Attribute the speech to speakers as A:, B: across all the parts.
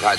A: had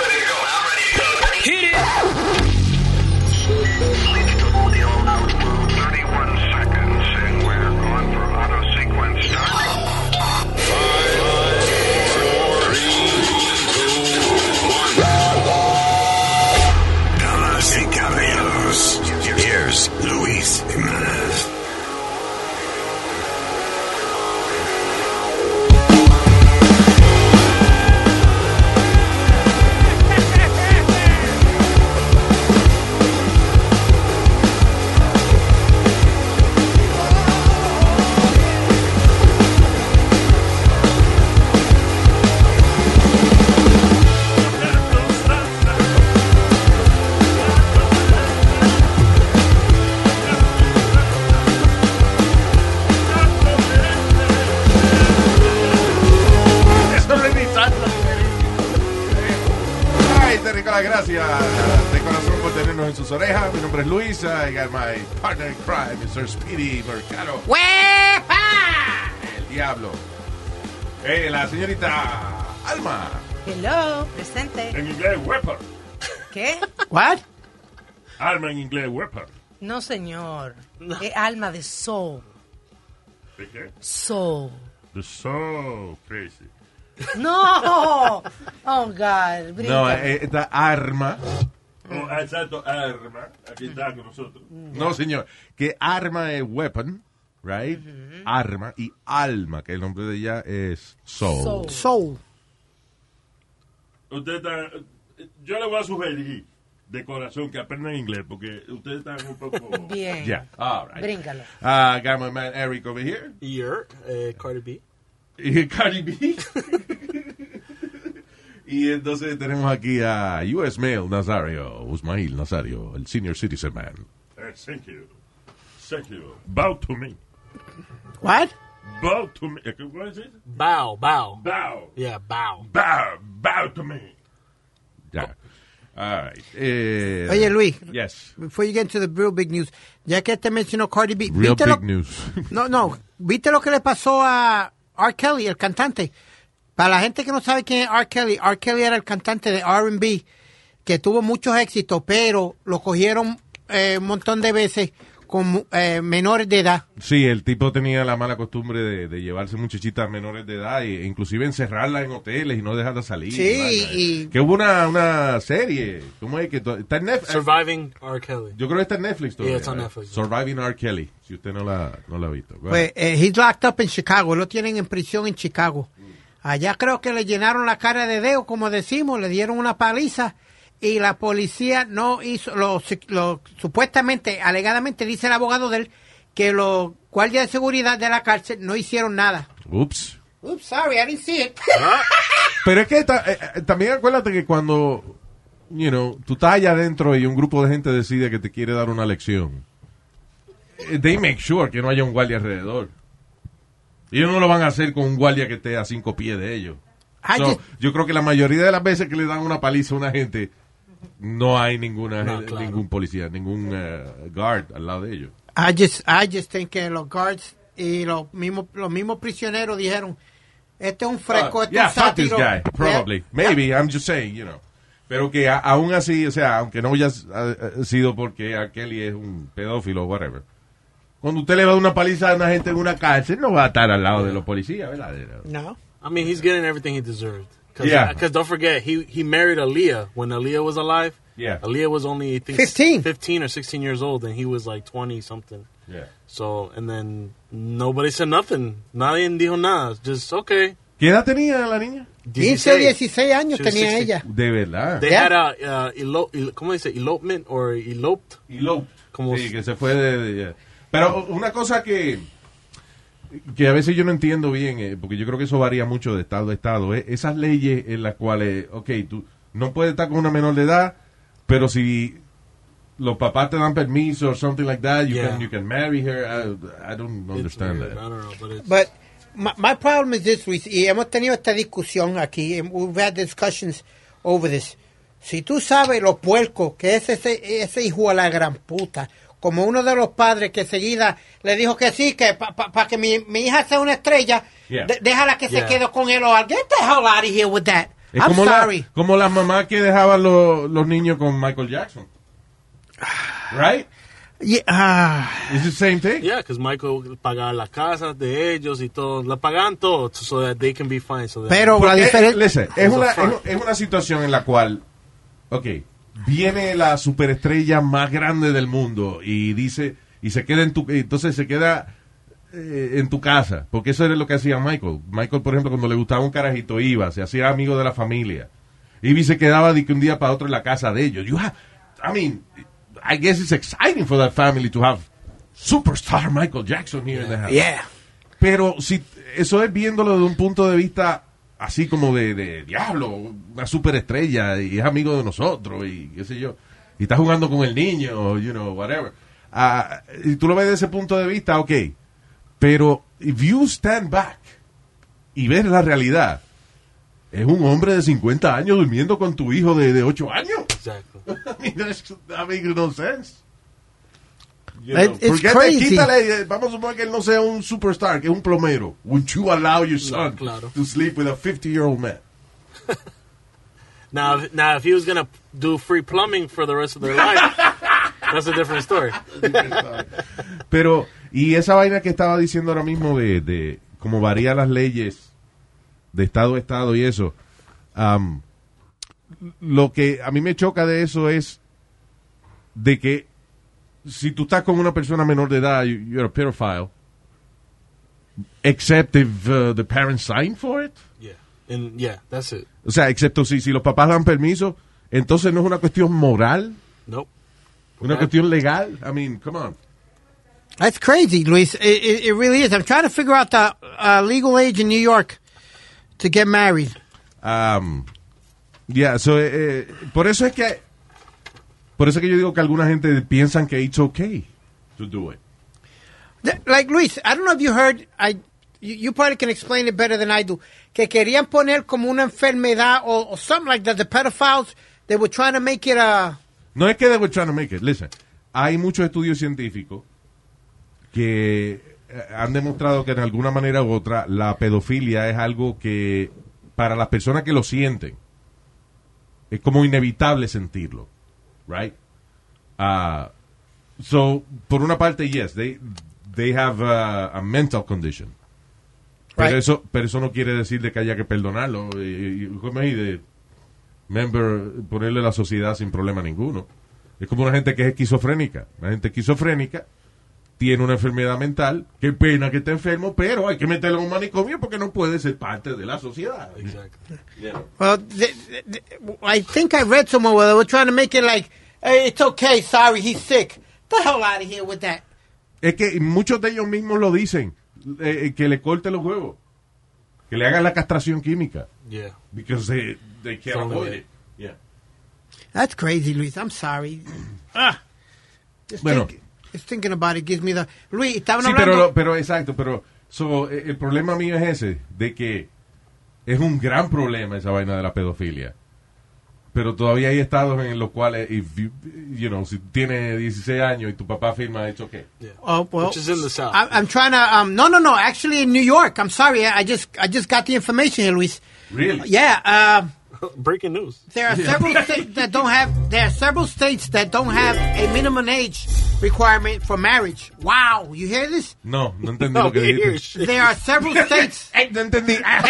B: Hit it!
C: Damas y caballeros, here's Luis Jimenez.
D: Eso no es ni salsa. Ay, te Nicolás, gracias de corazón por tenernos en sus orejas. Mi nombre es Luis. I got my partner in crime, Mr. Speedy Mercado. El diablo. Eh, la señorita Alma.
E: Hello, presente.
D: En inglés, Weapon.
E: ¿Qué?
F: What?
D: Alma en inglés, Weapon.
E: No, señor. Es alma de soul.
D: ¿De qué?
E: Soul.
D: The so crazy.
E: No. Oh, God. Brinca.
D: No, eh, esta arma.
G: Oh, exacto, arma. Aquí está con nosotros.
D: No, señor. Que arma es weapon, right? Arma y alma, que el nombre de ella es soul.
E: Soul.
F: Soul.
G: Ustedes están. Yo les voy a sugerir de corazón que aprendan inglés porque ustedes están un poco.
E: Bien.
D: Yeah, all right.
E: Bríncalo.
D: Uh, got my man Eric over here.
H: Year, eh, Cardi B.
D: Y Cardi B. y entonces tenemos aquí a US Mail Nazario, Usmail Nazario, el senior citizen man.
G: Eh, thank you. Thank you. Bow to me.
F: What?
G: Bow to me. Eh, ¿Cómo es eso?
H: Bow, bow.
G: Bow.
H: Yeah, bow.
G: Bow. Bow to me.
D: Ya. All right. Eh,
F: Oye, Luis.
D: Yes.
F: Before you get into the real big news, ya que te mencionó Cardi B,
D: Real
F: ¿viste
D: big
F: lo-
D: news.
F: No, no, ¿viste lo que le pasó a R. Kelly, el cantante? Para la gente que no sabe quién es R. Kelly, R. Kelly era el cantante de R&B que tuvo muchos éxitos, pero lo cogieron eh, un montón de veces con eh, menores de edad.
D: Sí, el tipo tenía la mala costumbre de, de llevarse muchachitas menores de edad e inclusive encerrarlas en hoteles y no dejarlas salir.
F: Sí,
D: vaina.
F: y-
D: Que hubo una, una serie, ¿cómo es? que to- Está en Netflix.
H: Surviving R. Kelly.
D: Yo creo que está en Netflix todavía.
H: Yeah, it's on Netflix.
D: Surviving R. Kelly, si usted no la, no la ha visto. Go
F: Pues
D: ahead.
F: eh, he's locked up en Chicago, lo tienen en prisión en Chicago.
D: Mm.
F: Allá creo que le llenaron la cara de dedo, como decimos, le dieron una paliza y la policía no hizo, lo, lo- supuestamente, alegadamente dice el abogado de él, que los guardias de seguridad de la cárcel no hicieron nada.
D: Ups.
F: Oops, sorry, I didn't see it.
D: Pero es que ta- eh, eh, también acuérdate que cuando, you know, tú estás allá adentro y un grupo de gente decide que te quiere dar una lección, eh, they make sure que no haya un guardia alrededor. Ellos no lo van a hacer con un guardia que esté a cinco pies de ellos.
F: I
D: So,
F: just-
D: yo creo que la mayoría de las veces que le dan una paliza a una gente, no hay ninguna
H: No,
D: gen-
H: claro.
D: ningún policía, ningún eh, guard al lado de ellos.
F: I just, I just think que los guards y los mismos, los mismos prisioneros dijeron, este es un fresco,
D: Uh,
F: este es
D: yeah,
F: un
D: fuck this
F: sátiro".
D: guy,
F: Yeah.
D: probably. Maybe, I'm just saying, you know. Pero que a- aún así, o sea, aunque no haya s- ha- ha sido porque a Kelly es un pedófilo o whatever. Cuando usted le va a dar una paliza a una gente en una cárcel, no va a estar al lado de los policías, ¿verdad?
F: No.
H: I mean, he's getting everything he deserved. Cause,
D: Yeah.
H: Because don't forget, he, he married Aaliyah when Aaliyah was alive.
D: Yeah.
H: Aaliyah was only, I think,
F: 15.
H: 15 or 16 years old, and he was like 20 something.
D: Yeah.
H: So, and then nobody said nothing. Nadie dijo nada. Just, okay.
D: ¿Qué edad tenía la niña?
F: 15, 16 años
H: She was
F: tenía
H: 16.
F: ella.
D: De verdad.
H: They
F: Yeah.
H: had a, uh, elo- el- ¿cómo dice? Elopement or eloped?
D: Elope.
H: Como-
D: sí, que se fue de, de- Pero una cosa que que a veces yo no entiendo bien, eh, porque yo creo que eso varía mucho de estado a estado, eh, esas leyes en las cuales, ok, tú no puedes estar con una menor de edad, pero si los papás te dan permiso o something like that, you,
H: Yeah.
D: can, you can marry her. I, I don't
H: It's
D: understand
H: weird. I
D: that.
H: don't know, but it's,
F: But my, my problem is this, Luis, y hemos tenido esta discusión aquí, and we've had discussions over this. Si tú sabes lo puerco que es ese, ese hijo a la gran puta, como uno de los padres que seguida le dijo que sí, que para que mi, mi hija sea una estrella,
D: Yeah.
F: de- déjala que se
H: Yeah.
F: quede con él o algo. Get the hell out of here with that.
D: Es
F: I'm
D: como, la-
F: sorry.
D: como las mamás que dejaban lo- los niños con Michael Jackson. Right?
F: Yeah, ah.
D: It's the same thing.
H: Yeah, because Michael pagaba las casas de ellos y todo. La pagaban todo so that they can be fine. So that-
F: pero la
D: Porque, eh,
F: diferencia...
D: listen, es,
H: It's a
D: una, es,
H: fact.
D: es una situación en la cual, ok, viene la superestrella más grande del mundo y dice, y se queda en tu, entonces se queda eh, en tu casa, porque eso era lo que hacía Michael. Michael, por ejemplo, cuando le gustaba un carajito iba, se hacía amigo de la familia. Ivy se quedaba de que un día para otro en la casa de ellos. You have- I mean, I guess it's exciting for that family to have superstar Michael Jackson here in the house.
F: Yeah.
D: Pero si eso es viéndolo de un punto de vista así como de, de diablo, una superestrella y es amigo de nosotros y qué sé yo, y está jugando con el niño, you know, whatever. Ah, y tú lo ves desde ese punto de vista, ok. Pero if you stand back y ves la realidad, es un hombre de 50 años durmiendo con tu hijo de, de 8 años.
H: Exactly.
D: I mean, that's, that makes no sense. You
F: It-
D: know,
F: it's
D: porque te-
F: crazy.
D: quítale, eh, vamos a suponer que él no sea un um superstar, que es un plomero. Would you allow your son
H: claro.
D: to sleep with a 50-year-old man?
H: Now, if- now, if he was gonna do free plumbing for the rest of their life, that's a different story.
D: Pero, y esa vaina que estaba diciendo ahora mismo de, de cómo varían las leyes de estado a estado y eso, am, lo que a mí me choca de eso es de que si tú estás con una persona menor de edad, you- you're a pedophile, except if uh, the parents sign for it.
H: Yeah, and yeah, that's it.
D: O sea, excepto si, si los papás dan permiso, entonces no es una cuestión moral,
H: Nope.
D: una
H: Claro.
D: cuestión legal. I mean, come on.
F: That's crazy, Luis. It, it, it really is. I'm trying to figure out the uh, legal age in New York to get married.
D: Um, yeah, so, eh, eh, por eso es que por eso es que yo digo que alguna gente piensan que it's okay to do it.
F: Th- Like Luis, I don't know if you heard. I you, you probably can explain it better than I do. Que querían poner como una enfermedad or, or something like that. The pedophiles they were trying to make it a
D: No es que they were trying to make it. Listen, hay muchos estudios científicos que eh, han demostrado que en alguna manera u otra la pedofilia es algo que para las personas que lo sienten es como inevitable sentirlo, right? Ah, so, por una parte, yes, they, they have a, a mental condition. Pero,
F: Right.
D: eso, pero eso no quiere decir de que haya que perdonarlo. Y, y- ¿cómo es? Y de member, ponerle la sociedad sin problema ninguno. Es como una gente que es esquizofrénica. La gente esquizofrénica tiene una enfermedad mental. Qué pena que esté enfermo, pero hay que meterlo en un manicomio porque no puede ser parte de la sociedad.
H: Exactly.
F: well. th th th- I think I read somewhere where they were trying to make it like, hey, it's okay. Sorry, he's sick. The hell out of here with that.
D: Es que muchos de ellos mismos lo dicen, eh, que le corte los huevos, que le hagan la castración química,
H: Yeah.
D: because they, they can't
H: Son de-
D: avoid it. Yeah.
F: That's crazy, Luis. I'm sorry. Ah, just,
D: Bueno.
F: think- just thinking about it gives me the Luis. Estaban
D: Sí,
F: hablando.
D: pero, lo- pero exacto, pero so, eh, el problema mío es ese, de que es un gran problema esa vaina de la pedofilia. Pero todavía hay estados en los cuales, if you, you know, si tienes 16 años y tu papá firma, hecho que
H: Yeah.
F: Oh well,
H: Which is in the south.
F: I, I'm trying to. Um, no, no, no. Actually, in New York. I'm sorry. I, I just, I just got the information here, Luis.
D: Really?
F: Yeah. Uh,
H: Breaking news.
F: there are several states that don't have. There are several states that don't have a minimum age requirement for marriage. Wow, you hear this?
D: No, no entendí
H: No,
D: lo que
H: we hear
D: dijiste.
H: shit.
F: There are several states.
D: Ay, no entendí. Ah,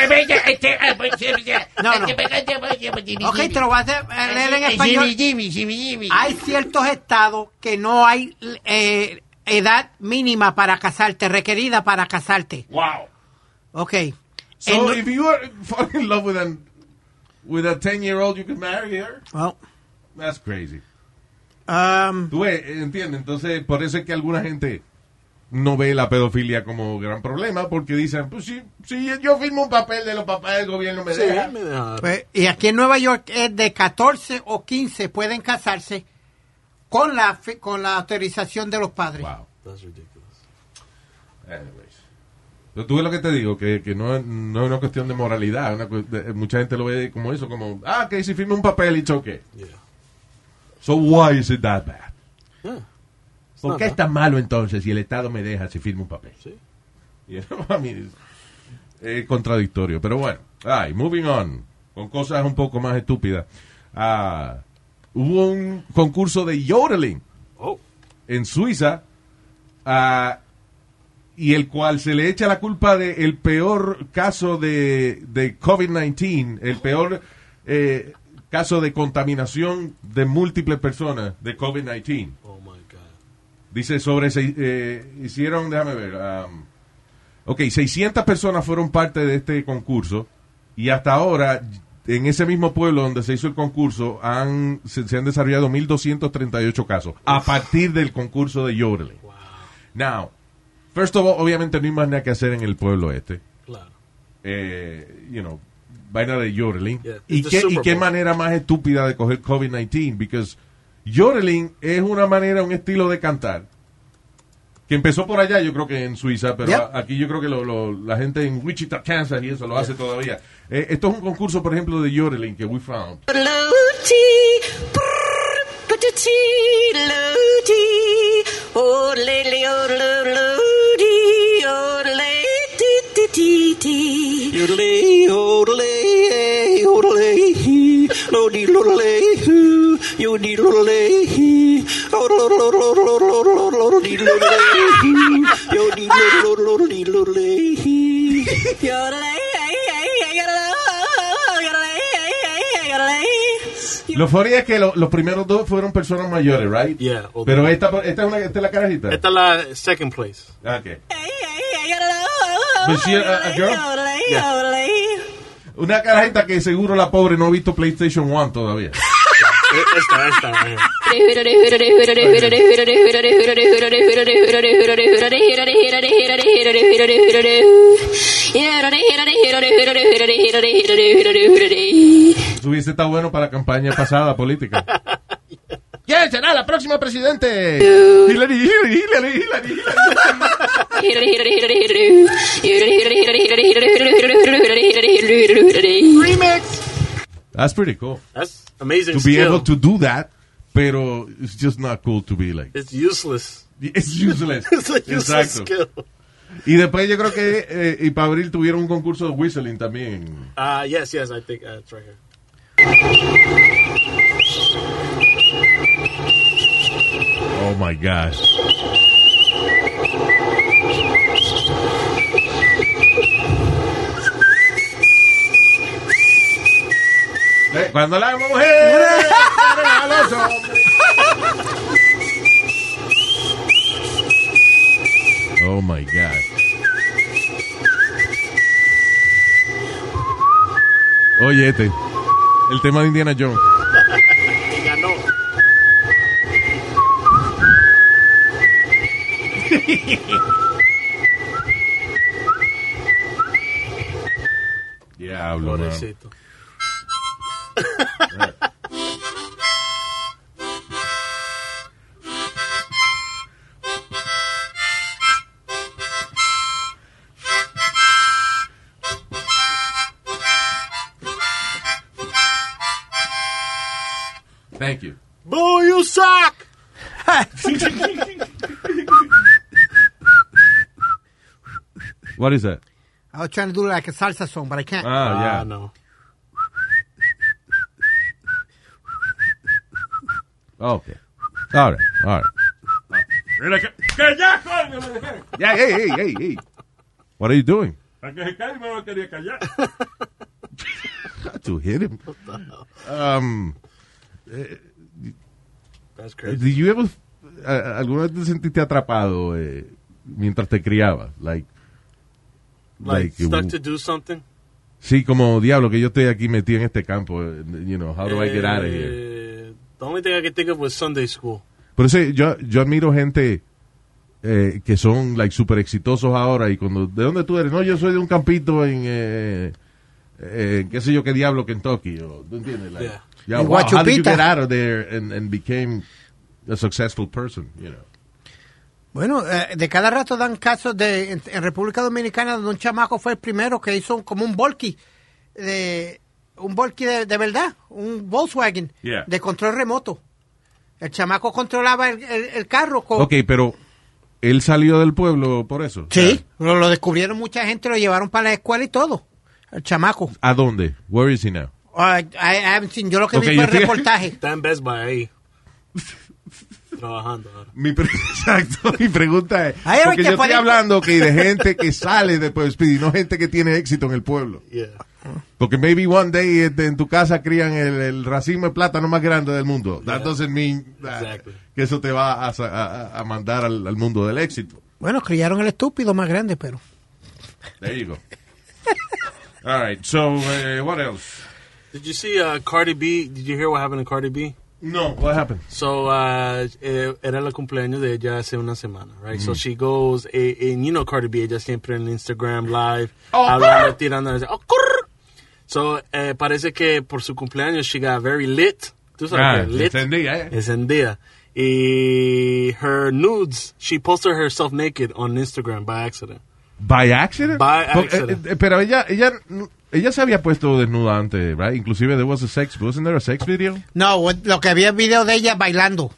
F: No, no. Okay, te lo voy a hacer, eh, leer en español. Hay ciertos estados que no hay eh, edad mínima para casarte, requerida para casarte.
D: wow.
F: Okay.
D: So
F: En-
D: if you are falling in love with an with a 10 year old you could marry her?
F: well,
D: That's crazy.
F: um,
D: Tú ves, entiendes, entonces por eso es que alguna gente no ve la pedofilia como gran problema porque dicen, pues sí, sí yo firmo un papel de los papás del gobierno me
H: Sí,
D: deja.
H: me deja-
F: Pues, y aquí en Nueva York es de 14 o 15 pueden casarse con la fi- con la autorización de los padres.
D: Wow.
H: That's ridiculous.
D: Anyways. Pero tú ves lo que te digo, que, que no, es- no es una cuestión de moralidad, una cu- de- eh, mucha gente lo ve como eso, como, ah, que si firme un papel y choque.
H: Yeah.
D: So why is it that bad?
H: Yeah. It's
D: ¿Por
H: not
D: qué
H: bad.
D: está malo entonces si el Estado me deja si firmo un papel?
H: Sí.
D: You know, I mean, it's- eh, contradictorio. Pero bueno, ay, moving on, con cosas un poco más estúpidas. Ah, hubo un concurso de yodeling
H: Oh.
D: en Suiza ah, y el cual se le echa la culpa del el peor caso de, de COVID-19, el peor eh, caso de contaminación de múltiples personas de COVID-19.
H: Oh my God.
D: Dice sobre, seis- eh, hicieron, déjame ver, um, ok, 600 personas fueron parte de este concurso y hasta ahora, en ese mismo pueblo donde se hizo el concurso, han, se, se han desarrollado 1.238 casos a partir del concurso de Yodeling. Now, first of all, obviamente no hay más nada que hacer en el pueblo este.
H: Claro.
D: Eh, you know, vaina de Yodeling.
H: Yeah,
D: ¿Y,
H: it's the
D: qué,
H: Super
D: ¿Y qué
H: Bowl.
D: manera más estúpida de coger COVID-19? Because Yodeling es una manera, un estilo de cantar. Que empezó por allá, yo creo que en Suiza, pero
F: Yep.
D: a- aquí yo creo que lo- lo- la gente en Wichita, Kansas y eso lo hace todavía. Eh, esto es un concurso, por ejemplo, de Yodeling que we found.
A: Luti, patati, luti, oh lady, oh luti, oh lady, ti ti ti.
H: Yodelay, yodelay, yodelay, lodi, lodelay, yodi, lodelay, lodi, lodelay, yodi, lodi, lodelay.
A: Your lady, your lady, your lady, your lady.
D: Lo funny es que lo- los primeros dos fueron personas mayores, right?
H: Yeah, old-
D: Pero esta, esta, es una, esta es la carajita.
H: Esta es la second place.
D: Ah, ok.
A: But
D: Was she a- a- a girl?
H: Yeah.
D: Una carajita que seguro la pobre no ha visto PlayStation 1 todavía.
H: E- Esta, esta. man.
D: Eso hubiese estado bueno para la campaña pasada política. ¿Quién será la próxima presidente? Hillary, Hillary, Hillary, Hillary. That's pretty cool.
H: That's amazing
D: To be
H: skill.
D: able to do that, pero it's just not cool to be like.
H: It's useless.
D: It's useless.
H: It's a useless
D: Exacto.
H: skill.
D: Y después yo creo que, eh, y para abril tuvieron un concurso de whistling también.
H: Uh, yes, yes, I think uh, it's right here.
D: Oh my gosh. Eh, Cuando la mujer a los hombres. Oh my God. Oye, este. El tema de Indiana Jones.
H: He ganó.
D: Diablo, man.
H: Pobrecito.
D: Thank you.
H: Boo, you suck!
D: What is that?
F: I was trying to do like a salsa song, but I can't.
D: Ah,
H: Ah,
D: yeah.
H: no.
D: Oh, Okay. All right. All right.
G: Mira, que, que ya, coño, me dejé.
D: Yeah, hey, hey, hey, hey. What are you doing?
G: Para que se calle me lo quería callar.
D: to hit him. Um,
H: That's crazy.
D: did you ever, a- alguna vez te sentiste atrapado eh, mientras te criabas? Like,
H: Like,
D: like,
H: stuck
D: uh,
H: to do something?
D: sí, como diablo, que yo estoy aquí metido en este campo. eh, You know, how do I get out of here?
H: Uh, The only thing I could think of was Sunday school.
D: Por eso yo, yo admiro gente eh, que son like super exitosos ahora y cuando, ¿de dónde tú eres? No, yo soy de un campito en, eh, eh, qué sé yo qué diablo, Kentucky. O, ¿Tú entiendes? Like,
H: Yeah.
D: yeah,
F: En
D: wow, how did you
F: Guachupita.
D: get out of there and, and became a successful person, you know?
F: Bueno, eh, de cada rato dan casos de en, en República Dominicana donde un chamaco fue el primero que hizo un- como un volky de un volky de, de verdad, un Volkswagen
D: Yeah.
F: de control remoto. El chamaco controlaba el, el- el carro con
D: Ok, pero él salió del pueblo por eso.
F: Sí, lo, lo descubrieron mucha gente, lo llevaron para la escuela y todo. El chamaco.
D: ¿A dónde? Where is he now?
F: Ah, I- I haven't seen- yo lo que
D: Ok,
F: vi fue
D: yo
F: el
D: te-
F: reportaje.
H: Está en Best Buy ahí. Trabajando ahora.
D: Mi pre- Exacto, mi pregunta es,
F: Ay,
D: porque
F: ay,
D: yo
F: que
D: estoy
F: parece-
D: hablando que de gente que sale de Pueblo Speedy, no gente que tiene éxito en el pueblo.
H: Yeah.
D: Porque maybe one day este, en tu casa crían el, el racimo de plátano más grande del mundo. That
H: Yeah.
D: doesn't mean that-
H: Exactly.
D: que eso te va a, sa- a- a mandar al, al mundo del éxito.
F: Bueno, criaron el estúpido más grande, pero.
D: There you go. All right, so eh, what else?
H: Did you see uh, Cardi B? Did you hear what happened to Cardi B?
D: No, what happened?
H: So, uh, eh, era el cumpleaños de ella hace una semana, right?
D: Mm.
H: So she goes, eh, and you know Cardi B, ella siempre en Instagram live, hablando, tirando, oh, curr. So, eh, parece que por su cumpleaños she got very lit. Tú sabes, que lit.
D: entendía, Ah, eh.
H: Encendida. Y her nudes, she posted herself naked on Instagram by accident.
D: By accident?
H: By
D: Porque,
H: accident.
D: eh, eh, pero ella, ella, ella se había puesto desnuda antes, right? Inclusive there was a sex, wasn't there a sex video?
F: No, what- lo que había el video de ella bailando.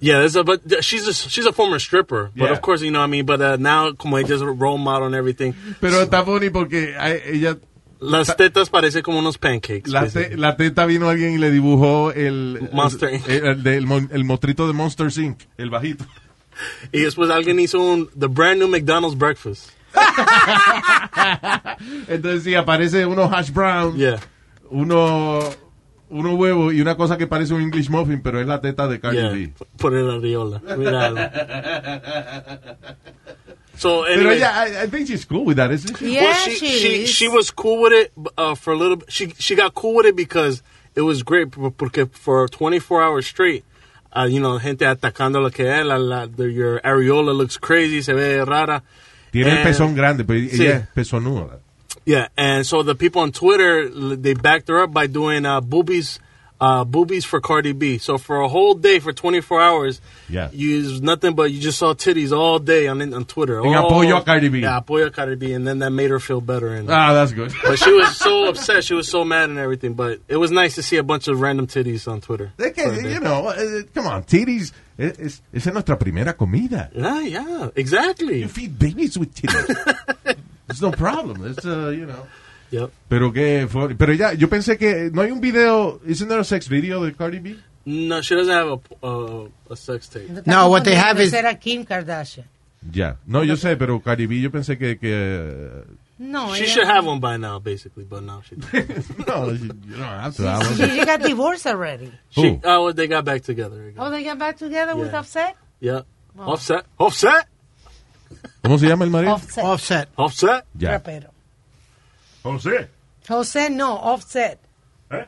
H: Yeah, there's a, but th- she's a, she's a former stripper, but
D: Yeah.
H: of course you know what I mean. But uh, now, como ella es role model and everything,
D: Pero está funny porque eh, ella
H: las tetas parece como unos pancakes.
D: La, te-
H: basically.
D: la teta vino alguien y le dibujó el
H: Monster
D: el,
H: Inc.
D: el, el del mon- el mostrito de Monster Inc. El bajito.
H: y después alguien hizo un the brand new McDonald's breakfast.
D: Entonces sí, aparece uno hash brown,
H: Yeah,
D: uno, uno huevo y una cosa que parece un English muffin, pero es la teta de Cardi
H: yeah.
D: B.
H: Por el arriola. Míralo. so
D: Pero
H: anyway,
D: ella, I, I think she's cool with that, isn't she?
E: Yeah,
H: Well, she,
E: she,
H: she,
E: is.
H: she was cool with it uh, for a little. bit. She she got cool with it because it was great. p- Porque for 24 hours straight, uh, you know, gente atacando lo que es la, la the, your areola looks crazy, se ve rara.
D: Tiene el
H: And-
D: pezón grande, pero
H: Eh, Sí.
D: ella es pezonuda.
H: Yeah, and so the people on Twitter l- they backed her up by doing uh, boobies. Uh, boobies for Cardi B. So for a whole day, for 24 hours,
D: Yeah.
H: you was nothing but you just saw titties all day on on Twitter.
D: En
H: Oh,
D: apoyo a Cardi B.
H: Yeah, apoyo a Cardi B, and then that made her feel better. And
D: Ah, that's good.
H: But she was so upset. She was so mad and everything. But it was nice to see a bunch of random titties on Twitter.
D: Es que,
H: for a day.
D: you know, eh, come on, titties, eh, es- esa es nuestra primera comida.
H: Yeah, yeah,
D: You
H: exactly.
D: feed babies with titties. It's no problem. It's, uh, you know.
H: Yep.
D: Pero que fue- pero ya, yo pensé que no hay un video, isn't there a sex video de Cardi B?
H: No, she doesn't have a uh, a sex tape.
F: No, what they have is-
E: Era Kim Kardashian.
D: Ya, no, yo sé, pero Cardi B, yo pensé que, que
E: No,
H: She
E: ella-
H: should have one by now, basically. But now she. doesn't.
D: no, you don't have to. I
E: She,
D: was-
E: she got divorced already.
H: She,
D: Who?
H: oh, well, they got back together. Again.
E: Oh, they got back together with
H: Yeah.
E: Offset?
H: yeah. Offset. Offset.
D: ¿Cómo se llama el marido?
E: Offset.
F: Offset.
H: Offset.
D: Ya.
E: Rapero.
G: José.
E: José, no, Offset.
G: ¿Eh?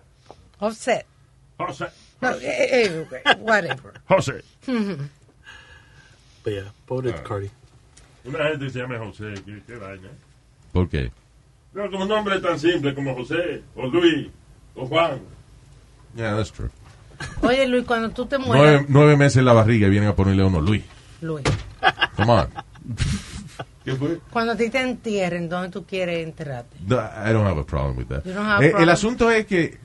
E: Offset.
G: José.
E: No, eh, eh, okay, whatever.
G: José.
H: But yeah, voted Cardi.
G: Una gente que se llama José. Qué, qué vaina.
D: ¿Por qué?
G: No, como un nombre tan simple como José, o Luis, o Juan.
D: Yeah, that's true.
E: Oye, Luis, cuando tú te mueras,
D: Nueve, nueve meses en la barriga y vienen a ponerle uno, Luis.
E: Luis,
D: Come on. ¿Qué fue?
E: cuando a ti te entierren, ¿dónde tú quieres enterrarte?
D: No, I don't have a problem with that.
E: You don't have a
D: Eh, El
E: problem?
D: asunto es que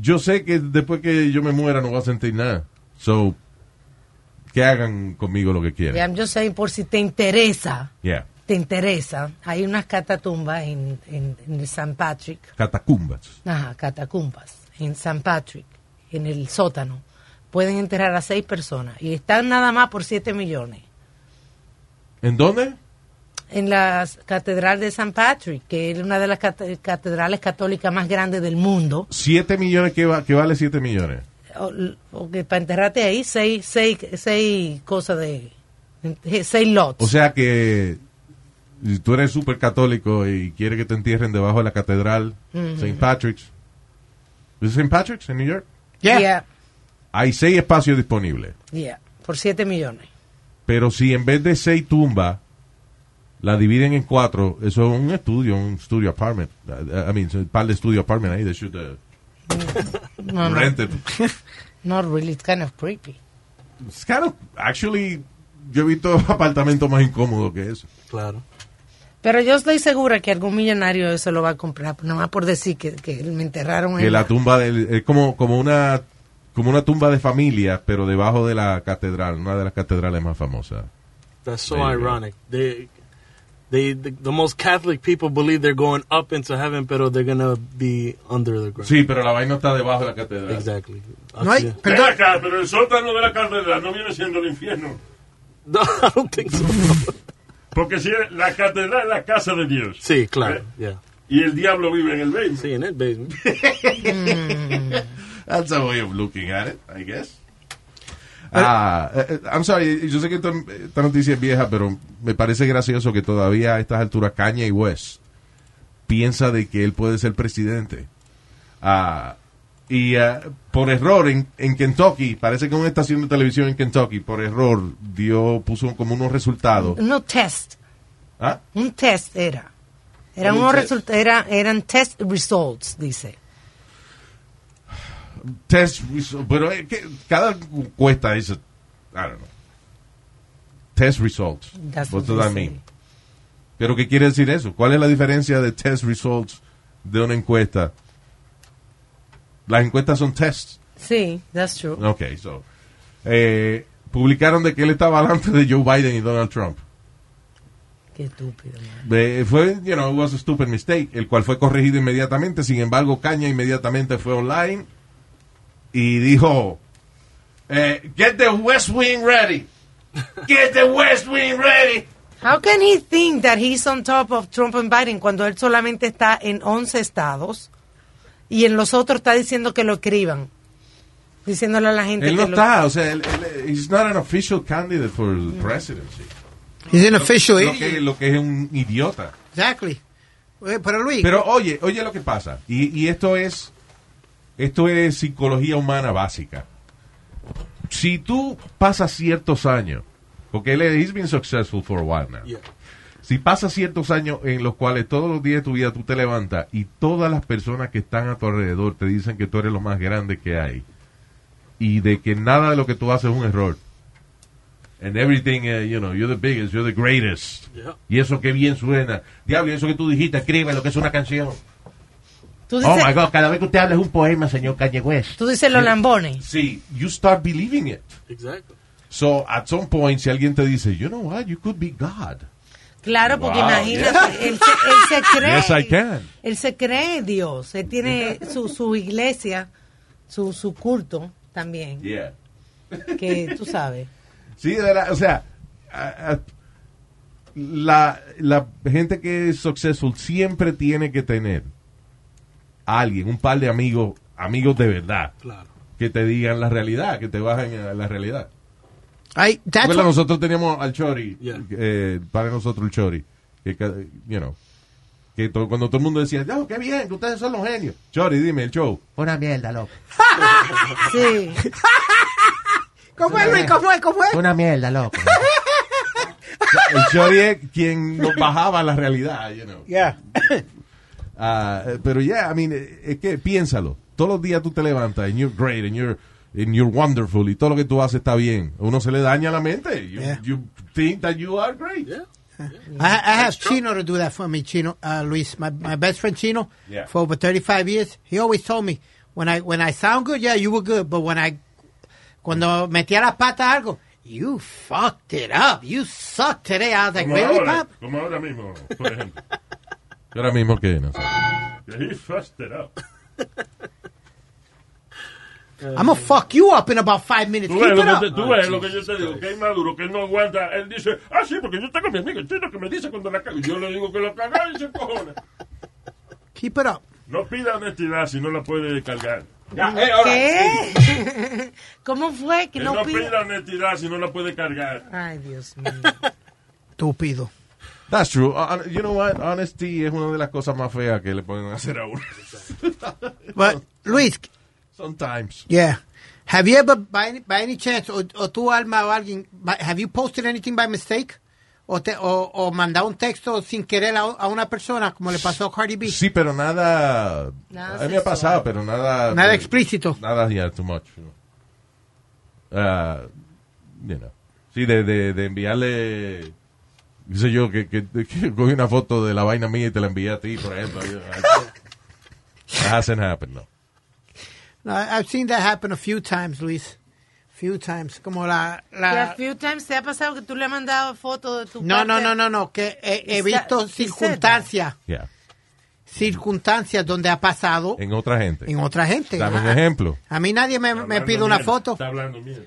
D: yo sé que después que yo me muera no voy a sentir nada. So, que hagan conmigo lo que quieran.
E: I'm just saying, por si te interesa,
D: Yeah.
E: te interesa, hay unas catatumbas en, en, en el San Patrick,
D: Catacumbas.
E: ajá, catacumbas, en San Patrick, en el sótano. Pueden enterrar a seis personas y están nada más por siete millones.
D: ¿En dónde?
E: En la catedral de San Patrick, que es una de las cate- catedrales católicas más grandes del mundo,
D: 7 millones, que, va, que vale 7 millones?
E: o- o que para enterrarte ahí, seis, seis, seis cosas de. seis lots.
D: O sea que si tú eres súper católico y quieres que te entierren debajo de la catedral
E: Mm-hmm.
D: St. Patrick's. ¿Es St. Patrick's en New York?
F: Yeah.
E: Yeah,
D: Hay 6 espacios disponibles.
E: yeah, por 7 millones.
D: Pero si en vez de 6 tumbas la dividen en 4, eso es un estudio, un studio apartment. I I mean, un par de studio apartment ahí. They should uh,
E: No, no,
D: rent it.
E: not really, it's kind of creepy.
D: It's kind of, actually, yo he visto apartamentos más incómodos que eso.
H: Claro.
E: Pero yo estoy segura que algún millonario eso pues, lo va a comprar, nada más por decir que, que me enterraron
D: Que
E: en
D: la tumba del, es como, como una como una tumba de familia, pero debajo de la catedral, una de las catedrales más famosas.
H: That's so
D: There you go.
H: ironic. They, they, the, the most Catholic people believe they're going up into heaven, pero they're gonna be under the ground.
D: Sí, pero la vaina está debajo de la catedral.
H: exactly.
F: No hay,
H: Accident-
G: Ven
F: perdón,
G: acá, pero el sótano de la catedral no viene siendo el infierno.
H: No, I don't think so.
G: Porque si es- la catedral es la casa de Dios.
H: sí, claro. Yeah.
G: Y el diablo vive en el basement.
H: Sí, en el basement.
D: That's a way of looking at it, I guess. Ah, eh, eh, I'm sorry, yo sé que esta, esta noticia es vieja, pero me parece gracioso que todavía a estas alturas Kanye West piensa de que él puede ser presidente. Ah, y ah, por error en, en Kentucky, parece que una estación de televisión en Kentucky, por error, dio puso como unos resultados.
E: No test.
D: ¿Ah?
E: Un test era. Eran,
D: Un
E: unos
D: test.
E: result- era, eran test results, dice.
D: Test result, pero eh, que- cada cuesta es, I don't know. Test results.
E: That's
D: What
E: what
D: does
E: they
D: that
E: say.
D: mean? Pero ¿qué quiere decir eso? ¿Cuál es la diferencia de test results de una encuesta? Las encuestas son tests.
E: Sí, that's true.
D: Ok, so. eh, publicaron de que él estaba delante de Joe Biden y Donald Trump.
E: Qué estúpido, man.
D: De- fue, you know, it was a stupid mistake, el cual fue corregido inmediatamente. Sin embargo, Caña inmediatamente fue online y dijo: eh, Get the West Wing ready. Get the West Wing ready.
E: How can he think that he's on top of Trump and Biden cuando él solamente está en 11 estados y en los otros está diciendo que lo escriban? Diciéndole a la gente
D: Él no
E: que lo-
D: está, o sea, él, él- he's not an official candidate for presidency.
F: he's an official
D: Lo
F: idiot.
D: que, lo que es un idiota.
F: Exactly. Eh, Pero Luis,
D: Pero oye, oye lo que pasa. Y, y esto es esto es psicología humana básica. Si tú pasas ciertos años, porque él he's been successful for a while now.
H: Yeah.
D: Si pasas ciertos años en los cuales todos los días de tu vida tú te levantas y todas las personas que están a tu alrededor te dicen que tú eres lo más grande que hay y de que nada de lo que tú haces es un error. And everything, eh, you know, you're the biggest, you're the greatest.
H: Yeah.
D: Y eso que bien suena. Diablo, y eso que tú dijiste, escribe lo que es una canción.
E: Tú
D: Oh
E: dices,
D: my God, cada vez que usted habla es un poema, señor Kanye West.
E: tú dices los lambones.
D: Sí, you start believing it.
H: Exactly.
D: So, at some point, si alguien te dice, you know what, you could be God.
E: Claro, porque
D: Wow,
E: imagínate, él, se, él se cree.
D: Yes, I can.
E: Él se cree Dios. Él tiene su, su iglesia, su, su culto también,
D: Yeah.
E: que tú sabes.
D: Sí, de verdad, o sea, a- a- la, la gente que es successful siempre tiene que tener a alguien, un par de amigos, amigos de verdad,
H: Claro.
D: que te digan la realidad, que te bajen a la realidad.
F: I- that's
D: Recuerda,
F: what-
D: nosotros teníamos al Chori,
H: Yeah.
D: eh, para nosotros el Chori, que, ca- you know, que to- cuando todo el mundo decía, no, qué bien, que ustedes son los genios. Chori, dime, el show.
B: Una mierda, loco.
E: Sí.
F: ¿Cómo es Luis? ¿Cómo es? ¿Cómo es?
B: Una mierda, loco.
D: El Chori es quien nos bajaba a la realidad, you know.
F: Yeah.
D: Ah, eh, pero ya, I mean, eh, es que piénsalo. Todos los días tú te levantas and you're great and you're, and you're wonderful y todo lo que tú haces está bien. A uno se le daña la mente. You,
F: Yeah.
D: you think that you are great.
H: Yeah.
F: I, I have Chino to do that for me, Chino, uh, Luis, my, my best friend Chino,
D: Yeah.
F: for over 35 years. He always told me, when I when I sound good, yeah, you were good, but when I cuando metía la pata a algo, you fucked it up. You suck today. I was like,
G: Como
F: really,
G: ahora,
F: pop?
G: como ahora mismo, por ejemplo.
D: Y ahora mismo que no sé.
G: Que He fucked it up.
F: I'm gonna fuck you up in about five minutes.
G: Tú
F: Keep
G: ves, lo
F: it
G: que,
F: up.
G: te-
D: Ah,
G: tú ves lo que yo te digo, que hay maduro que no aguanta. Él dice, ah, sí, porque yo tengo a mi amigo, esto es lo que me dice cuando la cago. Yo le digo que lo caga y se cojona.
F: Keep it up.
G: No pida honestidad si no la puede cargar.
D: eh,
E: ¿Qué? ¿Cómo fue que
G: Que
E: no
G: no
E: pide?
G: pida honestidad si no la puede cargar.
E: Ay, Dios mío.
F: Estúpido.
D: That's true. Hon- you know what? Honesty es una de las cosas más feas que le pueden hacer a uno.
F: But Luis,
D: Sometimes.
F: yeah. Have you ever, by any, by any chance, o, o tú, Alma, o alguien, by- have you posted anything by mistake? O, te, o, o mandado un texto sin querer a, a una persona, como le pasó a Cardi B?
D: Sí, pero nada.
E: Nada
D: a mí me ha
E: sexual.
D: pasado, pero nada.
F: Nada
D: eh,
F: explícito.
D: Nada, yeah, too much. you know. Ah, you know. Sí, de, de, de enviarle. qué sé yo, que, que, que cogí una foto de la vaina "Ah, mía y te la envié a ti, por ejemplo. you know, like that. That hasn't happened, no.
F: No, I- I've seen that happen a few times, Luis. Few times. Como la...
E: There are
F: la
E: few times te ha pasado que tú le has mandado fotos de tu
F: no,
E: parte.
F: no, no, no, no. Que he, he
E: Is that-
F: visto
E: is that-
F: circunstancias.
D: Yeah.
F: Circunstancias donde ha pasado
D: En otra gente.
F: en otra gente.
D: Dame un
F: A-
D: ejemplo.
F: A mí nadie me, me
G: Hablando
F: pide una
G: mierda,
F: foto.
G: Está hablando mierda.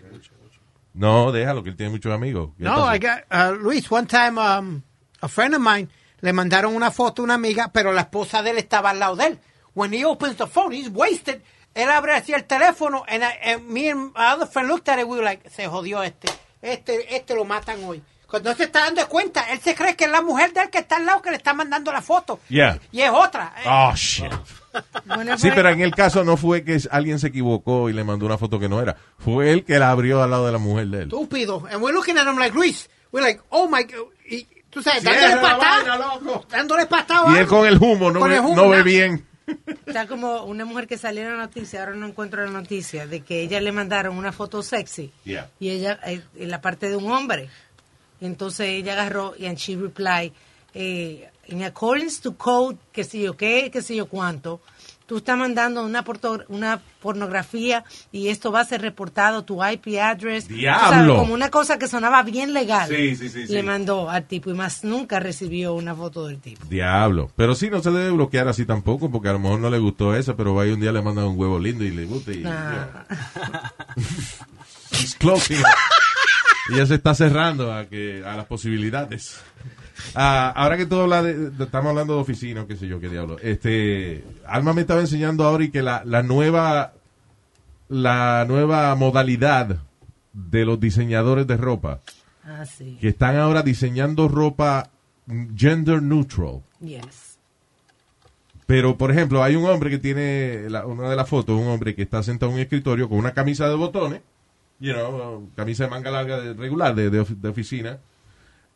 D: No, déjalo, que él tiene muchos amigos. ¿Qué
F: No,
D: pasó?
F: I got, uh, Luis, one time um, a friend of mine le mandaron una foto a una amiga, pero la esposa de él estaba al lado de él. When he opens the phone, he's wasted. Él abre así el teléfono and, I- and me and my other friend looked at it. We were like, se jodió este. Este, este lo matan hoy. Cuando no se está dando cuenta, él se cree que es la mujer de él que está al lado que le está mandando la foto.
D: Yeah.
F: Y es otra. Eh,
D: Oh, shit.
E: Bueno,
D: Sí,
E: pues,
D: pero en el caso no fue que alguien se equivocó y le mandó una foto que no era. Fue él que la abrió al lado de la mujer de él.
F: Estúpido. And we're looking at him like, Luis, we're like, oh my God. Y, tú sabes, dándole
G: Cierra la vaina,
F: patada.
G: loco.
F: Dándole patada.
D: Y él con el humo no,
F: Con
D: ve,
F: el humo,
D: no ve
F: na-
D: bien.
E: Está como una mujer que salió en la noticia, ahora no encuentro la noticia, de que ella le mandaron una foto sexy.
D: Yeah.
E: Y ella, eh, en la parte de un hombre. Entonces ella agarró y and she replied, eh, in accordance to code, que sé yo qué, que sé yo cuánto, tú estás mandando una, porto- una pornografía y esto va a ser reportado, tu IP address. Tú sabes,
D: ¡Diablo!
E: Como una cosa que sonaba bien legal.
D: Sí, sí, sí,
E: Le
D: sí.
E: mandó al tipo y más nunca recibió una foto del tipo.
D: Diablo. Pero sí, no se debe bloquear así tampoco, porque a lo mejor no le gustó esa, pero va y un día le manda un huevo lindo y le gusta. Y,
E: Nah.
D: She's closing. y ya se está cerrando a, que, a las posibilidades. Ah, ahora que tú hablas de, de- estamos hablando de oficina, qué sé yo, qué diablo. Este, Alma me estaba enseñando ahora y que la, la nueva, la nueva modalidad de los diseñadores de ropa,
E: Ah, sí.
D: que están ahora diseñando ropa gender neutral.
E: Yes.
D: Pero, por ejemplo, hay un hombre que tiene la- una de las fotos, un hombre que está sentado en un escritorio con una camisa de botones, you know, camisa de manga larga de- regular de, de of- de oficina,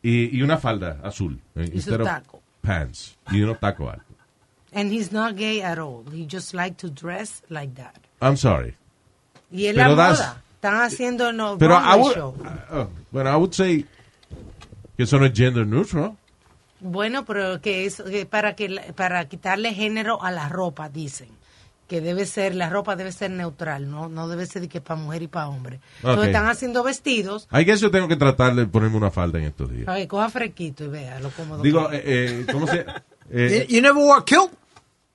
D: y, y una falda azul. eh,
E: Y su
D: instead of
E: taco.
D: Pants. Y unos tacos altos.
E: And he's not gay at all. He just like to dress like that.
D: I'm sorry.
E: Y es
D: Pero
E: la
D: das-
E: moda. Están haciendo no
D: Pero, I
E: runway
D: would,
E: show.
D: uh, bueno, I would say que eso no es gender neutral.
E: Bueno, pero que es que para que la- para quitarle género a la ropa, dicen que debe ser la ropa debe ser neutral, no no debe ser de que para mujer y para hombre.
D: Ok.
E: Entonces están haciendo vestidos
D: Hay que yo tengo que tratar de ponerme una falda en estos días.
E: para que coja fresquito y vea lo cómodo.
D: Digo,
E: que es.
D: eh, eh, ¿cómo se...?
F: You,
D: eh,
F: you never wore a kilt?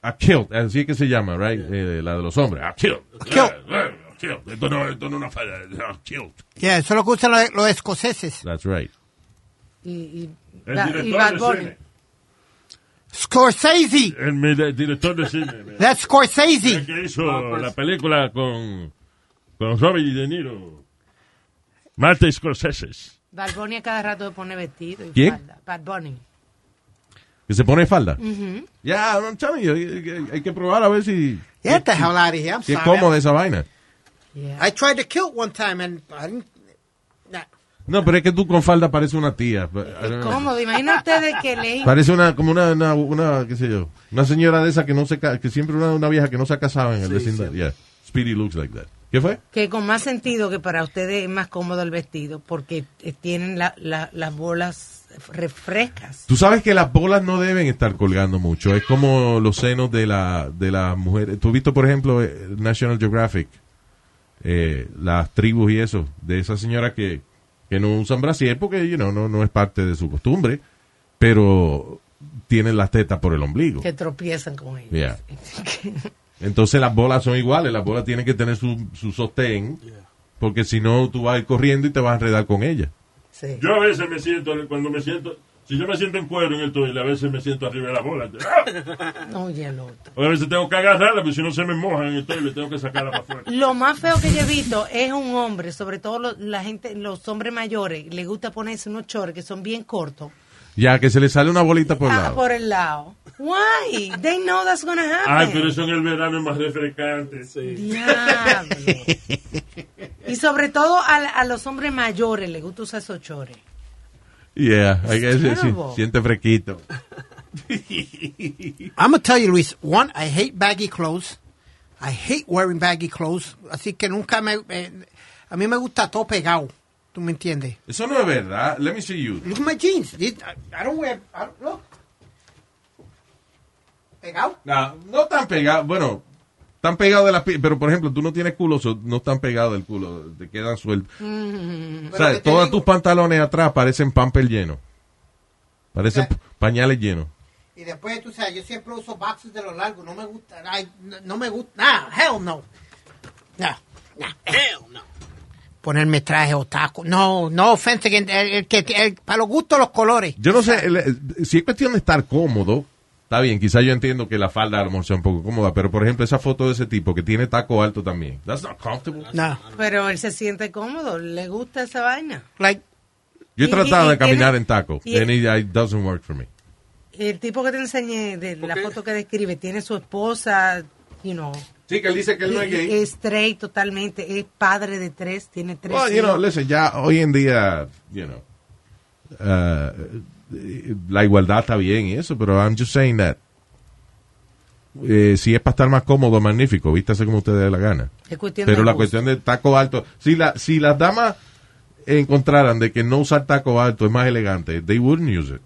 D: a kilt, así es que se llama, right? Eh, la de los hombres, a kilt.
F: Kilt.
G: Kill. Esto no, esto no es una falla. Kill.
F: Yeah, eso es lo que usan los, los escoceses.
D: That's right. eh,
E: y, y,
G: El
E: la- y Bad
G: director de
E: Bunny.
G: cine.
F: Scorsese.
G: El mi- de- director de cine. me-
F: That's
G: El
F: Scorsese.
G: que hizo
E: Ah, pues.
G: la película con, con Robert De Niro. Marta Scorsese.
E: Bad Bunny a cada rato se pone vestido y
D: ¿Quién?
E: falda. Bad Bunny.
D: Que se pone falda. Ya, I'm telling you, hay que- hay que probar a ver si,
F: Get the hell out of here. I'm
D: si es
F: sorry.
D: cómoda esa vaina.
E: Yeah.
F: I tried to kilt one time and I didn't. nah.
D: No, pero es que tú con falda pareces una tía.
E: Cómodo. Imagina ustedes que le
D: Parece una, como una, una, una, qué sé yo, una señora de esa que no se, ca- que siempre una, una vieja que no se ha casado en el vecindario. Yeah. Speedy looks like that. ¿Qué fue?
E: que con más sentido que para ustedes es más cómodo el vestido porque eh, tienen la- la- las bolas refrescas.
D: Tú sabes que las bolas no deben estar colgando mucho. Es como los senos de la de las mujeres. Tú has visto, por ejemplo, eh, National Geographic, eh, las tribus y eso, de esas señoras que, que no usan brasier porque you know, no, no es parte de su costumbre, pero tienen las tetas por el ombligo.
E: que tropiezan con ellos.
D: Yeah. Entonces las bolas son iguales. Las bolas tienen que tener su, su sostén porque si no tú vas a ir corriendo y te vas a enredar con ella.
E: Sí.
G: Yo a veces me siento, cuando me siento, si yo me siento en cuero en el toile, a veces me siento arriba de la bola. ¡Ah!
E: Oye, el otro.
G: O a veces tengo que agarrarla, porque si no se me moja en el toile, tengo que sacarla para afuera.
E: Lo más feo que yo he visto es un hombre, sobre todo lo- la gente, los hombres mayores, le gusta ponerse unos chores que son bien cortos
D: Ya que se le sale una bolita por
E: ah,
D: lado.
E: por el lado. Why? They know that's gonna happen.
G: Ay, pero eso en el verano es más refrescante.
E: Diablo. y sobre todo a, la- a los hombres mayores les gusta usar esos chores.
D: Yeah, I guess
E: It's
D: sí,
E: terrible.
D: siente fresquito.
F: I'm going to tell you, Luis. One, I hate baggy clothes. I hate wearing baggy clothes. Así que nunca me. eh, a mí me gusta todo pegado. ¿Tú me entiendes?
D: Eso no es verdad. Let me see you.
F: Look at my jeans. These- I, I don't wear. I don't, look. Pegado.
D: no tan pegado. Bueno, Están pegados de las pi- pero por ejemplo, tú no tienes culo, so- no están pegados del culo, te quedan sueltos. o sea,
B: Mm. Pero, ¿qué te
D: todos
B: digo?
D: tus pantalones atrás parecen pamper llenos. Parecen
F: Exacto.
D: pañales llenos.
F: Y después, tú sabes, yo siempre uso boxes de los largos. No me gusta. ay, no, no me gusta. Nah, hell no. Nah, nah, hell no. Ponerme traje o taco. No, no offense. que- el- el que- el- para los gustos, los colores.
D: Yo no sé, el- el- si es cuestión de estar cómodo, está bien, quizás yo entiendo que la falda a lo mejor sea un poco cómoda, pero por ejemplo, esa foto de ese tipo que tiene taco alto también. That's not comfortable.
F: No.
E: Pero él se siente cómodo, le gusta esa vaina.
F: Like,
D: Yo he
E: Y-
D: tratado
E: y-
D: de
E: y
D: caminar
E: tiene-
D: en taco,
E: y-
D: and it, it doesn't work for me.
E: El tipo que te enseñé de la
H: Ok.
E: foto que describe, tiene su esposa, you know,
D: Sí, que él dice que
E: y- y es straight totalmente, es padre de tres, tiene tres
D: Well, you know,
E: hijos.
D: listen, ya hoy en día, you know, uh, eh, la igualdad está bien y eso, pero I'm just saying that. eh, si es para estar más cómodo, magnífico, vístase como usted le dé la gana.
E: Es cuestión
D: Pero
E: de
D: la
E: gusto.
D: cuestión del taco alto, si, la, si las damas encontraran de que no usar taco alto es más elegante, they wouldn't use it.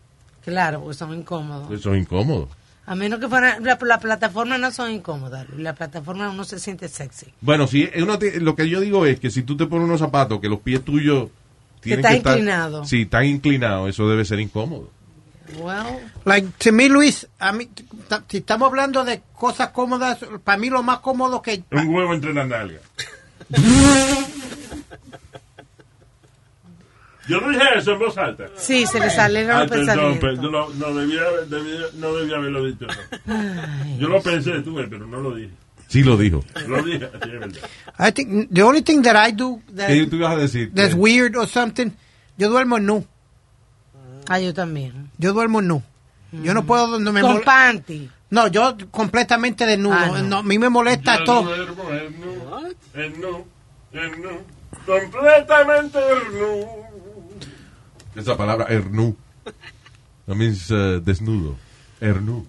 E: Claro, porque son incómodos.
D: Eso es incómodo.
E: A menos que fueran, la, la plataforma no son incómodas, la plataforma uno se siente sexy.
D: Bueno, si uno te- lo que yo digo es que si tú te pones unos zapatos que los pies tuyos tienen
E: estás
D: que estar
E: inclinado.
D: Sí, están inclinados, eso debe ser incómodo.
E: Well,
F: like, to me, Luis, a mí, ta- si estamos hablando de cosas cómodas, para mí lo más cómodo que.
G: Un huevo entre las nalgas. Yo no dije eso en voz alta.
E: sí, se le salieron
G: Ay,
E: los
G: perdón,
E: pensamientos.
G: perdón, no, no debía, debía- no debía haberlo dicho. no. Yo lo pensé, tuve, pero no lo dije.
D: Sí lo dijo.
G: Lo dije, sí, es verdad.
F: I think the only thing that I do that,
D: ¿Qué tú ibas a decir?
F: that's
D: Que-
F: weird or something, yo duermo nu.
E: Ah, yo también.
F: Yo duermo nu. Yo no puedo. No me
E: Con
F: mol-
E: panty.
F: No, yo completamente desnudo.
E: Ah, no.
F: No, a mí me molesta
G: Yo
F: todo.
G: duermo en nu, en nu, en nu, completamente en nu.
D: Esa palabra, hernú. That means uh, desnudo. Hernú.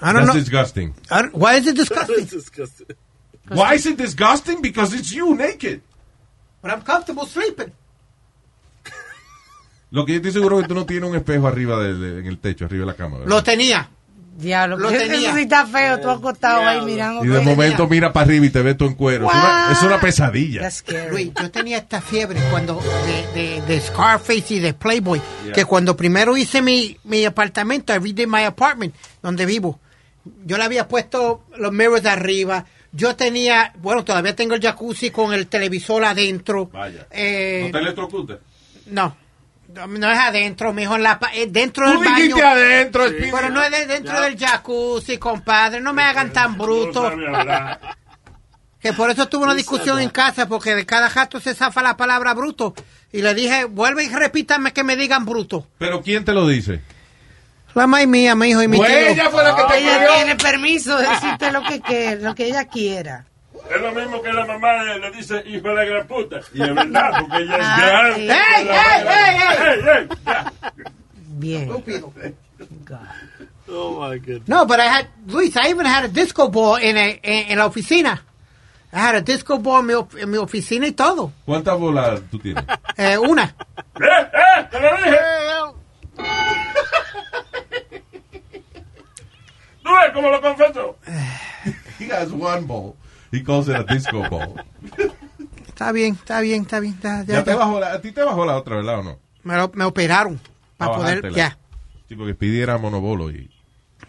F: I don't
D: That's
F: know.
D: disgusting.
F: I don't- Ah, why is it disgusting?
H: It's disgusting.
D: Why is it disgusting? Because it's you naked.
F: But I'm comfortable sleeping.
D: Lo que yo estoy seguro es que tú no tienes un espejo arriba de- de- en el techo, arriba de la cama. ¿verdad?
F: Lo tenía.
E: Diablo,
F: Lo
E: eso
F: tenía.
E: sí está feo, tú acostado ahí mirando.
D: y de
E: todo.
D: momento mira para arriba y te ves tú en cuero. Es una, es una pesadilla.
E: That's scary.
F: Luis, yo tenía esta fiebre cuando de, de, de Scarface y de Playboy, que cuando primero hice mi, mi apartamento, I redid my apartment, donde vivo, yo le había puesto los mirrors arriba, yo tenía, bueno, todavía tengo el jacuzzi con el televisor adentro. Eh,
D: electrocutes?
F: no, no, no es adentro, mijo, en la, pa- es dentro del
D: Tú
F: baño.
D: dijiste adentro, Speedy.
F: Pero no es de- dentro del jacuzzi, compadre, no me hagan tan
G: No
F: bruto.
G: sabe hablar.
F: Que por eso tuve una discusión en casa, porque de cada jato se zafa la palabra bruto. Y le dije, vuelve y repítame que me digan bruto.
D: Pero ¿quién te lo dice?
F: La maíz mía, mi hijo y mi tío.
D: fue la que
E: Ella tiene permiso de decirte lo que, que- lo que ella quiera.
G: Es lo mismo que la mamá le, le dice hijo de la gran puta. Y es verdad, porque ella es
E: Ah,
G: grande.
E: sí.
F: ¡Ey, ey, ey, ey!
G: ¡Ey, ey! Ya.
E: Bien.
H: Oh my goodness.
F: No, but I had, Luis, I even had a disco ball en, el- en, en la oficina. I had a disco ball en mi, of- en mi oficina y todo.
D: ¿Cuántas bolas tú tienes?
F: Eh, una.
G: ¡Eh, eh! ¡Te lo dije! ¿Tú ves cómo lo confesó?
D: He has one ball. He calls it a disco ball.
F: Está bien, está bien, está bien. está- ya-
D: Ya te bajó la, a ti te bajó la otra, ¿verdad o no?
F: me, lo- me operaron para
D: Ah,
F: poder,
D: bajártela.
F: ya,
D: Sí, porque pidiera monobolo y...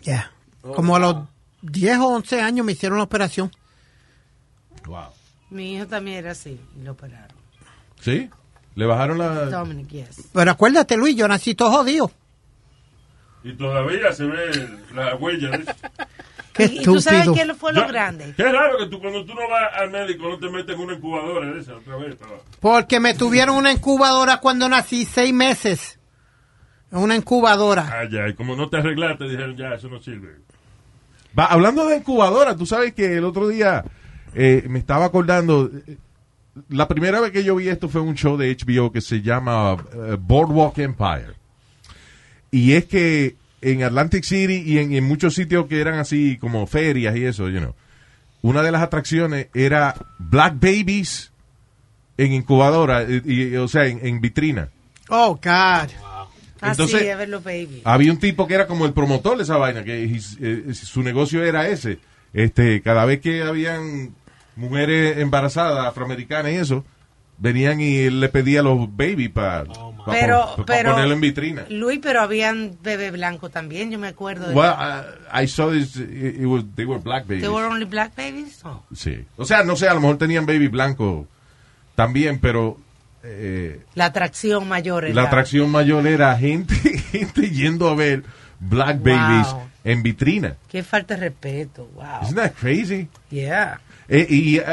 F: ya. Como a los 10 o 11 años me hicieron la operación.
D: Wow.
E: Mi hijo también era así, y lo operaron.
D: ¿Sí? Le bajaron la...
E: Dominic, yes.
F: Pero acuérdate, Luis, yo nací todo jodido.
G: Y todavía se ve la huella de eso.
F: Qué
E: y, y tú sabes
F: estúpido.
E: qué lo- fue lo
G: Ya.
E: grande.
G: Qué raro que tú cuando tú no vas al médico no te metes en una incubadora de esa otra vez. para-
F: Porque me tuvieron una incubadora cuando nací, seis meses. En Una incubadora.
G: Ah, ya, y como no te arreglaste, dijeron, ya, eso no sirve.
D: Va, hablando de incubadora, tú sabes que el otro día eh, me estaba acordando... eh, La primera vez que yo vi esto fue un show de HBO que se llama eh, Boardwalk Empire. Y es que en Atlantic City y en, en muchos sitios que eran así como ferias y eso, you know, una de las atracciones era Black Babies en incubadora, eh, y- o sea, en, en vitrina.
F: Oh, God.
D: Entonces- Ah,
E: así, Everlo Baby.
D: Había un tipo que era como el promotor de esa vaina, que his- eh, su negocio era ese. este, cada vez que habían mujeres embarazadas, afroamericanas y eso, venían y él le pedía a los baby para
E: Pero, pero,
D: pues, ponerlo en vitrina.
E: Luis, pero habían bebé blanco también, yo me acuerdo. de-
D: Well, I, I saw this, it, it was, they were black babies.
E: They were only black babies. Oh.
D: Sí. O sea, no sé, a lo mejor tenían baby blanco también, pero eh,
E: La atracción mayor. era-
D: la atracción mayor era gente, gente yendo a ver black
E: Wow.
D: babies en vitrina.
E: Qué falta de respeto, wow.
D: Isn't that crazy?
E: Yeah.
D: Eh, y eh,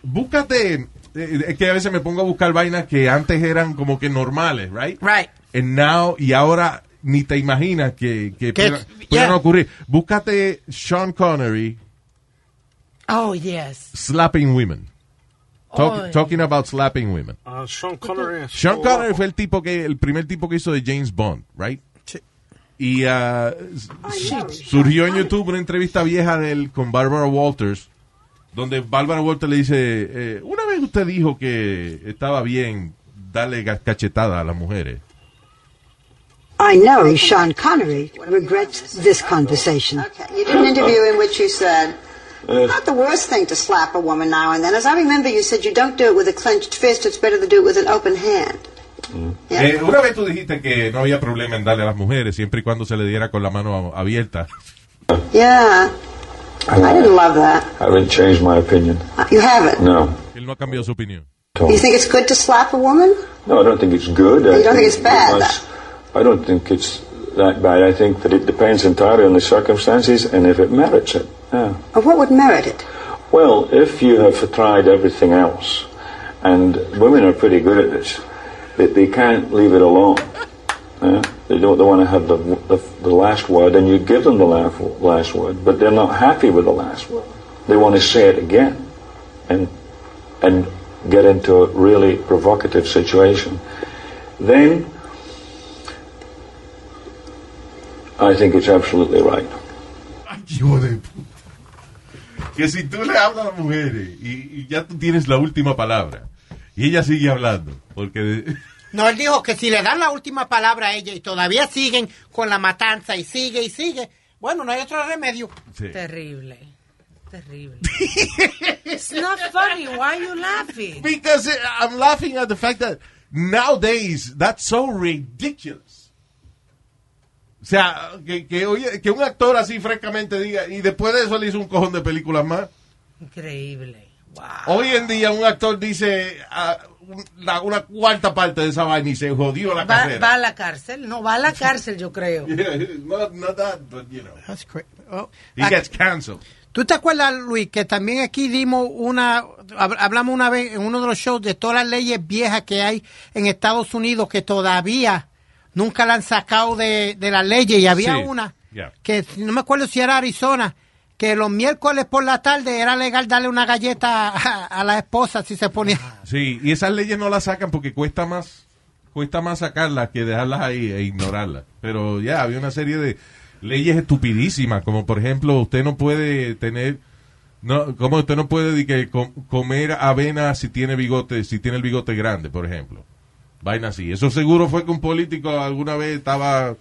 D: búscate, eh, es que a veces me pongo a buscar vainas que antes eran como que normales, right?
E: Right.
D: And now, y ahora ni te imaginas que, que
F: Que-
D: puedan,
F: yeah.
D: puedan ocurrir. Búscate Sean Connery
E: Oh, yes.
D: slapping women. Talk-
E: Oh.
D: talking about slapping women.
H: Ah, Sean Connery.
D: Sean
H: Oh.
D: Connery fue el tipo que el primer tipo que hizo de James Bond, right?
F: Sí.
D: Y ah, s- surgió en YouTube una entrevista vieja de él con Barbara Walters, donde Barbara Walters le dice, eh, una vez usted dijo que estaba bien darle ga- cachetada a las mujeres.
B: I know Sean Connery regrets this conversation.
I: Okay, you did an interview in which you said, not the worst thing to slap a woman now and then. As I remember, you said you don't do it with a clenched fist, it's better to do it with an open hand. Yeah.
D: Eh, una vez tú dijiste que no había problema en darle a las mujeres siempre y cuando se le diera con la mano a- abierta.
I: Yeah. I didn't love that.
J: haven't changed my opinion.
I: You haven't.
J: No.
D: Él no ha cambiado su opinión.
I: You think it's good to slap a woman?
J: No, I don't think it's good. I
I: You don't think it's bad?
J: must- I don't think it's that bad. I think that it depends entirely on the circumstances and if it merits it. Yeah.
I: Or what would merit it?
J: Well, if you have tried everything else, and women are pretty good at this, they, they can't leave it alone. Yeah? They don't they want to have the, the, the last word, and you give them the last, last word, but they're not happy with the last word. They want to say it again and, and get into a really provocative situation. Then I think it's absolutely right.
D: Que si tú le hablas a las mujeres y, y ya tú tienes la última palabra y ella sigue hablando, porque... de-
F: No, él dijo que si le dan la última palabra a ella y todavía siguen con la matanza y sigue y sigue, bueno, no hay otro remedio.
D: Sí.
E: Terrible. Terrible. It's not funny. Why you laughing?
D: Because eh, I'm laughing at the fact that nowadays that's so ridiculous. O sea, que, que, oye- que un actor así francamente diga, y después de eso le hizo un cojón de películas más.
E: Increíble. Wow.
D: Hoy en día un actor dice ah, un- la- una cuarta parte de esa vaina y se jodió la
E: Va,
D: carrera.
E: va a la cárcel. No, va a la cárcel, yo creo.
D: Yeah, not, not that, but you know.
F: That's cra- oh.
D: He gets canceled.
F: ¿Tú te acuerdas, Luis, que también aquí dimos una, hab- hablamos una vez en uno de los shows de todas las leyes viejas que hay en Estados Unidos que todavía nunca la han sacado de, de las leyes? Y había
D: Sí,
F: una
D: yeah.
F: que no me acuerdo si era Arizona, que los miércoles por la tarde era legal darle una galleta a, a la esposa si se ponía.
D: Sí, y esas leyes no las sacan porque cuesta más cuesta más sacarlas que dejarlas ahí e ignorarlas. Pero ya, había una serie de leyes estupidísimas, como por ejemplo, usted no puede tener no, como usted no puede di que, com- comer avena si tiene bigote, si tiene el bigote grande, por ejemplo. Vaina así. Eso seguro fue que un político alguna vez estaba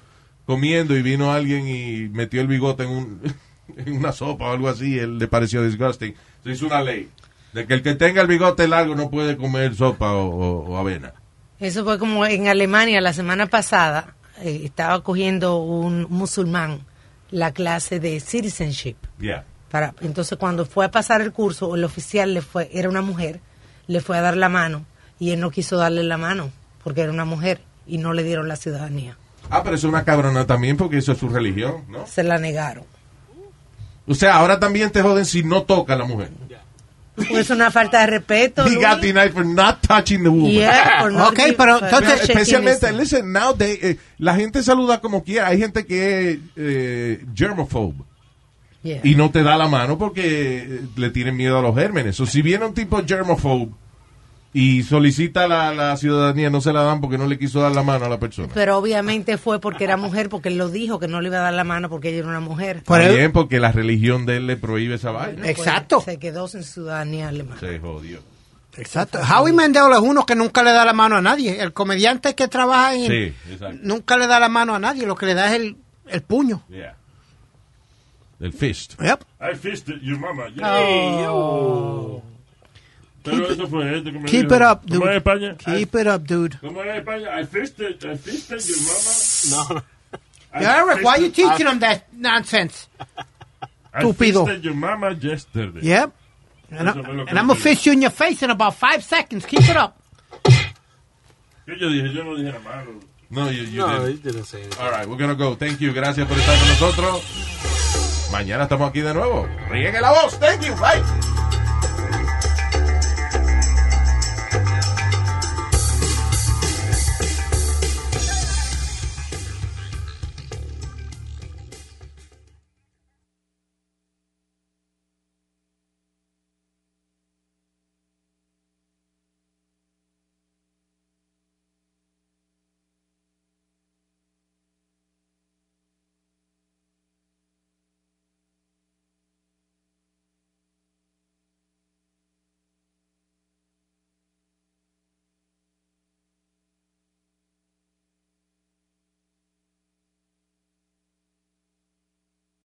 D: comiendo y vino alguien y metió el bigote en, un, en una sopa o algo así, él le pareció disgusting. Se hizo una ley de que el que tenga el bigote largo no puede comer sopa o, o- o avena.
E: Eso fue como en Alemania la semana pasada. eh, estaba cogiendo un musulmán la clase de citizenship.
D: Yeah.
E: para entonces cuando fue a pasar el curso el oficial le fue era una mujer le fue a dar la mano y él no quiso darle la mano porque era una mujer y no le dieron la ciudadanía
D: Ah, pero eso es una cabrona también porque eso es su religión, ¿no?
E: se la negaron
D: O sea, ahora también te joden si no toca a la mujer.
E: Pues es una falta de respeto
D: He
E: Luis.
D: got denied for not touching the woman.
E: Yeah, por no
F: Ok,
E: give-
F: pero
E: for
F: entonces-
E: not
D: Pero
E: checking
D: especialmente,
E: eso.
D: listen, nowadays, eh, la gente saluda como quiera. Hay gente que es eh, germophobe
E: Yeah.
D: y no te da la mano porque eh, le tienen miedo a los gérmenes. O si viene un tipo germophobe y solicita la, la ciudadanía, no se la dan porque no le quiso dar la mano a la persona.
E: pero obviamente fue porque era mujer porque él lo dijo que no le iba a dar la mano porque ella era una mujer
F: Por el- Eh,
D: También porque la religión de él le prohíbe esa vaina.
E: Pues,
F: Exacto.
E: se quedó sin ciudadanía alemana
D: Se jodió.
F: Exacto. Howie Mandel es uno que nunca le da la mano a nadie. El comediante que trabaja en...
D: Sí, exacto.
F: Nunca le da la mano a nadie, lo que le da es el, el puño.
D: Yeah. El fist.
F: Yep.
G: I fisted your mama. Yeah.
F: Keep
G: Pero
F: it-
G: eso fue esto que me
F: Keep
G: dijo.
F: it up,
G: ¿Cómo era
F: dude.
G: España? I-
F: Keep it up, dude.
G: ¿Cómo era España? I fisted, I fisted your mama.
H: No.
G: I
F: Eric, why you
G: fisted-
F: teaching them that nonsense?
G: I
F: Estúpido.
G: fisted your mama yesterday.
F: Yep. And, I,
G: Eso fue lo que
F: am gonna
G: dije.
F: fist you in your face in about five seconds. Keep it up.
G: Que Yo dije, yo no dije nada malo.
D: No, you, you
H: No,
D: didn't.
H: he didn't say anything.
D: All right, we're gonna go. Thank you. Gracias por estar con nosotros. Mañana estamos aquí de nuevo. Riegue la voz. Thank you. Bye.